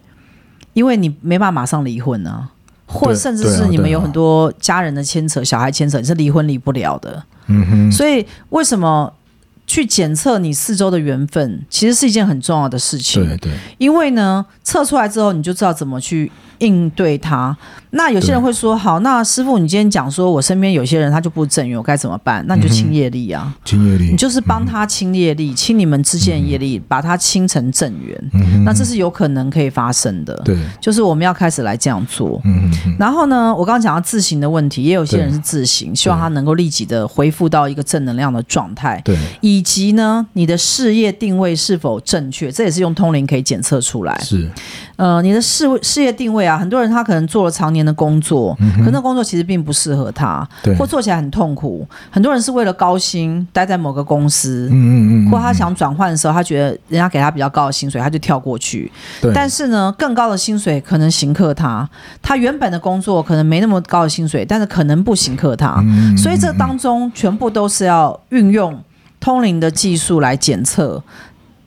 Speaker 1: 因为你没办法马上离婚啊，或
Speaker 2: 对
Speaker 1: 甚至
Speaker 2: 对啊
Speaker 1: 是你们
Speaker 2: 对啊
Speaker 1: 有很多家人的牵扯、小孩牵扯，你是离婚离不了的。
Speaker 2: 嗯哼，
Speaker 1: 所以为什么去检测你四周的缘分，其实是一件很重要的事情。
Speaker 2: 对对，
Speaker 1: 因为呢，测出来之后你就知道怎么去应对它。那有些人会说，好，那师傅，你今天讲说我身边有些人他就不正缘，我该怎么办？那你就清业力啊，
Speaker 2: 清业力
Speaker 1: 你，就是帮他清业力，清你们之间的业力，把它清成正缘。
Speaker 2: 嗯哼，
Speaker 1: 那这是有可能可以发生的，
Speaker 2: 对，
Speaker 1: 就是我们要开始来这样做。
Speaker 2: 嗯哼，
Speaker 1: 然后呢，我刚刚讲到自行的问题，也有些人
Speaker 2: 对
Speaker 1: 是自行，希望他能够立即的恢复到一个正能量的状态。
Speaker 2: 对，
Speaker 1: 以及呢，你的事业定位是否正确，这也是用通灵可以检测出来。
Speaker 2: 是，
Speaker 1: 呃，你的事事业定位啊，很多人他可能做了常年的工作，可那工作其实并不适合他，
Speaker 2: 嗯对，
Speaker 1: 或做起来很痛苦。很多人是为了高薪待在某个公司。
Speaker 2: 嗯嗯嗯，
Speaker 1: 或他想转换的时候，他觉得人家给他比较高的薪水，他就跳过去。
Speaker 2: 对，
Speaker 1: 但是呢，更高的薪水可能行克他，他原本的工作可能没那么高的薪水，但是可能不行克他。
Speaker 2: 嗯
Speaker 1: 所以这当中全部都是要运用通灵的技术来检测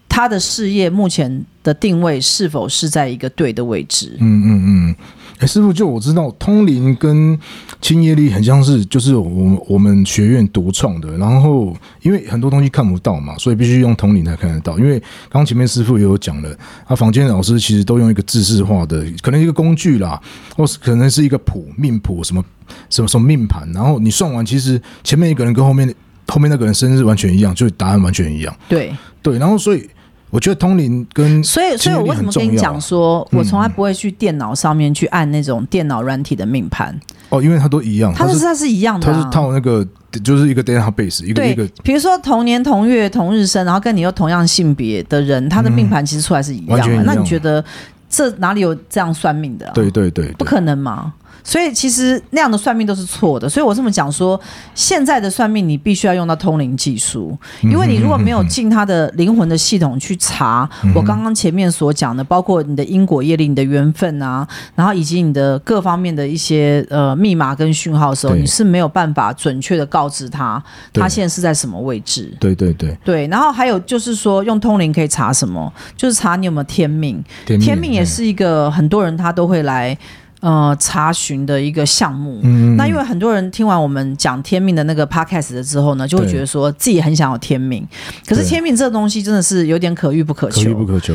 Speaker 1: 他的事业目前的定位是否是在一个对的位置。
Speaker 2: 嗯嗯嗯。哎，师傅，就我知道，通灵跟清业力很像是，就是我们我们学院独创的。然后，因为很多东西看不到嘛，所以必须用通灵才看得到。因为刚刚前面师傅也有讲了，啊，坊间老师其实都用一个制式化的，可能一个工具啦，或是可能是一个谱命谱什么什么什么命盘，然后你算完，其实前面一个人跟后面后面那个人生日完全一样，就答案完全一样。
Speaker 1: 对，
Speaker 2: 对，然后所以我觉得通灵跟
Speaker 1: 所以所以我为什么
Speaker 2: 啊
Speaker 1: 跟你讲说，
Speaker 2: 嗯
Speaker 1: 我从来不会去电脑上面去按那种电脑软体的命盘，
Speaker 2: 哦，因为它都一样，
Speaker 1: 它
Speaker 2: 它
Speaker 1: 就是是它是一样的、
Speaker 2: 它是
Speaker 1: 啊。
Speaker 2: 套那个就是一个 database，一个
Speaker 1: 对
Speaker 2: 一个，
Speaker 1: 比如说同年同月同日生，然后跟你又同样性别的人，他的命盘其实出来是一样
Speaker 2: 嗯完全一
Speaker 1: 的。那
Speaker 2: 样
Speaker 1: 你觉得这哪里有这样算命的、啊？
Speaker 2: 对对对，
Speaker 1: 不
Speaker 2: 对
Speaker 1: 可能嘛。所以其实那样的算命都是错的，所以我这么讲说，现在的算命你必须要用到通灵技术，
Speaker 2: 嗯
Speaker 1: 因为你如果没有进他的灵魂的系统去查，
Speaker 2: 嗯
Speaker 1: 我刚刚前面所讲的，包括你的因果业力、你的缘分啊，然后以及你的各方面的一些呃密码跟讯号的时候，
Speaker 2: 对
Speaker 1: 你是没有办法准确的告知他
Speaker 2: 对
Speaker 1: 他现在是在什么位置。
Speaker 2: 对对对，
Speaker 1: 对，然后还有就是说，用通灵可以查什么？就是查你有没有天命，
Speaker 2: 天哎
Speaker 1: 天命也，是一个很多人他都会来呃查询的一个项目。
Speaker 2: 嗯，
Speaker 1: 那因为很多人听完我们讲天命的那个 podcast 的之后呢，就会
Speaker 2: 对
Speaker 1: 觉得说自己很想要天命，可是
Speaker 2: 对
Speaker 1: 天命这东西真的是有点可遇不可
Speaker 2: 可
Speaker 1: 求，
Speaker 2: 遇不可求，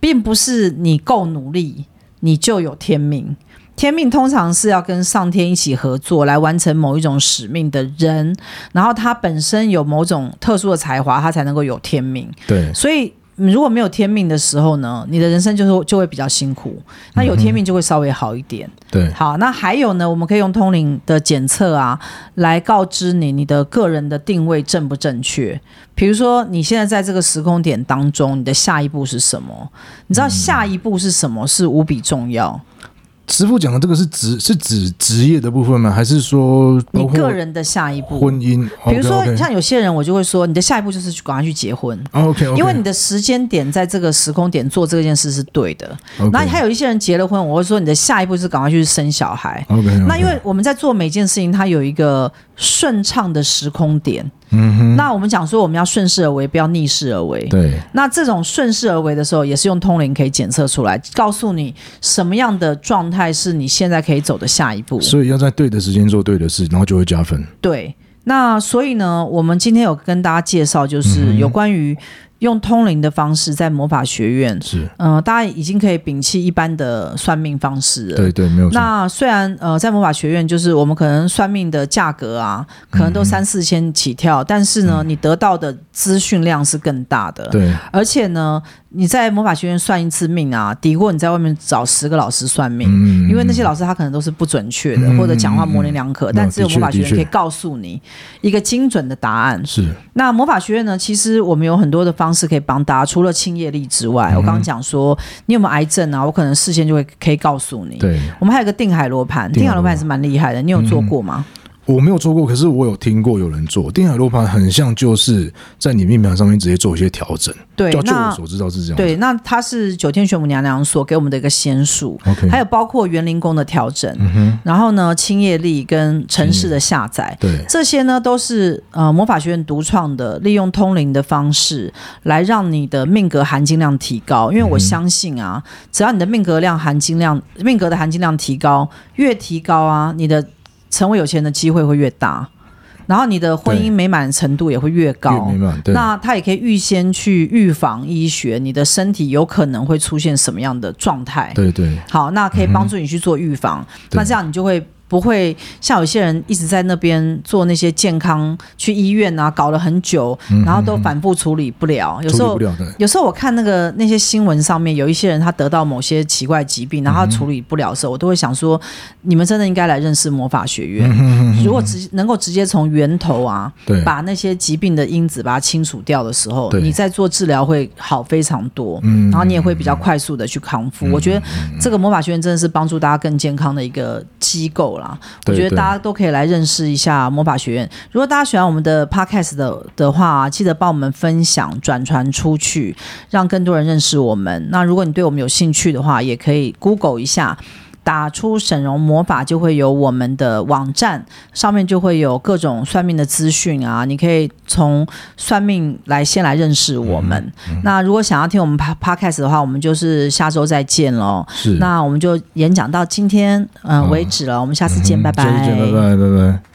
Speaker 1: 并不是你够努力你就有天命。天命通常是要跟上天一起合作来完成某一种使命的人，然后他本身有某种特殊的才华，他才能够有天命。
Speaker 2: 对
Speaker 1: 所以你如果没有天命的时候呢，你的人生就是就会比较辛苦。那有天命就会稍微好一点。
Speaker 2: 嗯对，
Speaker 1: 好，那还有呢，我们可以用通灵的检测啊，来告知你你的个人的定位正不正确。比如说，你现在在这个时空点当中，你的下一步是什么？你知道下一步是什么是无比重要。
Speaker 2: 师傅讲的这个是职是指职业的部分吗？还是说包
Speaker 1: 你
Speaker 2: 括
Speaker 1: 个人的下一步
Speaker 2: 婚，姻？
Speaker 1: 比如说
Speaker 2: 嗯哦 OK，OK
Speaker 1: 像有些人，我就会说，你的下一步就是去赶快去结婚。
Speaker 2: 哦 OK，
Speaker 1: 因为你的时间点在这个时空点做这件事是对的，那还
Speaker 2: 有
Speaker 1: 有一些人结了婚，我会说你的下一步是赶快去生小孩。
Speaker 2: OK，
Speaker 1: 那因为我们在做每件事情，它有一个顺畅的时空点。
Speaker 2: 嗯哼，
Speaker 1: 那我们讲说我们要顺势而为，不要逆势而为。
Speaker 2: 对
Speaker 1: 那这种顺势而为的时候，也是用通灵可以检测出来，告诉你什么样的状态是你现在可以走的下一步。
Speaker 2: 所以要在对的时间做对的事，然后就会加分。
Speaker 1: 对，那所以呢，我们今天有跟大家介绍，
Speaker 2: 嗯
Speaker 1: 就是有关于用通灵的方式在魔法学院，
Speaker 2: 是
Speaker 1: 嗯、大家已经可以摒弃一般的算命方式了。
Speaker 2: 对对，没有错。
Speaker 1: 那虽然呃，在魔法学院，就是我们可能算命的价格啊，可能
Speaker 2: 嗯
Speaker 1: 都三四千起跳，但是呢，你得到的资讯量是更大的。
Speaker 2: 对
Speaker 1: 而且呢，你在魔法学院算一次命啊，抵过你在外面找十个老师算命，
Speaker 2: 嗯
Speaker 1: 因为那些老师他可能都是不准确的，
Speaker 2: 嗯
Speaker 1: 或者讲话模棱两可。
Speaker 2: 嗯
Speaker 1: 但
Speaker 2: 嗯
Speaker 1: 只有
Speaker 2: 的确
Speaker 1: 魔法学院
Speaker 2: 的确
Speaker 1: 可以告诉你一个精准的答案。
Speaker 2: 是
Speaker 1: 那魔法学院呢？其实我们有很多的方式可以帮大家，除了清业力之外，我刚刚
Speaker 2: 嗯
Speaker 1: 讲说你有没有癌症啊，我可能事先就会可以告诉你。
Speaker 2: 对。
Speaker 1: 我们还有个定海罗盘，
Speaker 2: 定
Speaker 1: 定海
Speaker 2: 海
Speaker 1: 罗
Speaker 2: 罗
Speaker 1: 盘
Speaker 2: 盘嗯
Speaker 1: 也是蛮厉害的，你有做过吗？
Speaker 2: 我没有做过，可是我有听过有人做定海罗盘，很像就是在你命盘上面直接做一些调整。
Speaker 1: 对
Speaker 2: 就，就我
Speaker 1: 那
Speaker 2: 所知道是这样。
Speaker 1: 对，那它是九天玄母娘娘所给我们的一个仙术，
Speaker 2: ，OK，
Speaker 1: 还有包括园林宫的调整，
Speaker 2: 嗯哼，
Speaker 1: 然后呢，清业力跟城市的下载。
Speaker 2: 对，
Speaker 1: 这些呢都是呃魔法学院独创的，利用通灵的方式来让你的命格含金量提高。因为我相信啊，只要你的命格量含金量命格的含金量提高，越提高啊，你的成为有钱人的机会会越大，然后你的婚
Speaker 2: 对
Speaker 1: 姻美满程度也会越高。
Speaker 2: 越明白，对，
Speaker 1: 那它也可以预先去预防医学，你的身体有可能会出现什么样的状态。
Speaker 2: 对对
Speaker 1: 好，那可以帮助你去做预防，
Speaker 2: 嗯对
Speaker 1: 那这样你就会。不会像有些人一直在那边做那些健康，去医院啊，搞了很久，然后都反复处理不了。有时
Speaker 2: 嗯处理
Speaker 1: 候
Speaker 2: 不，了的，
Speaker 1: 有时候我看那个那些新闻上面，有一些人他得到某些奇怪疾病，然后他处理不了的时候，我都会想说，你们真的应该来认识魔法学
Speaker 2: 嗯
Speaker 1: 院。如果直能够直接从源头啊，
Speaker 2: 对，
Speaker 1: 把那些疾病的因子把它清除掉的时候，
Speaker 2: 对
Speaker 1: 你在做治疗会好非常多，
Speaker 2: 嗯
Speaker 1: 然后你也会比较快速的去康复。我觉得这个魔法学院真的是帮助大家更健康的一个机构啦。我
Speaker 2: 对
Speaker 1: 觉得
Speaker 2: 对
Speaker 1: 大家都可以来认识一下魔法学院。如果大家喜欢我们的 podcast 的的话、记得帮我们分享、转传出去，让更多人认识我们。那如果你对我们有兴趣的话，也可以 Google 一下。打出沈荣魔法就会有我们的网站，上面就会有各种算命的资讯啊，你可以从算命来先来认识我们。
Speaker 2: 嗯
Speaker 1: 那如果想要听我们 pa- podcast 的话，我们就是下周再见喽。
Speaker 2: 是，
Speaker 1: 那我们就演讲到今天嗯、呃
Speaker 2: 嗯
Speaker 1: 为止了，我们下次见，拜
Speaker 2: 嗯下次见，拜拜，拜拜。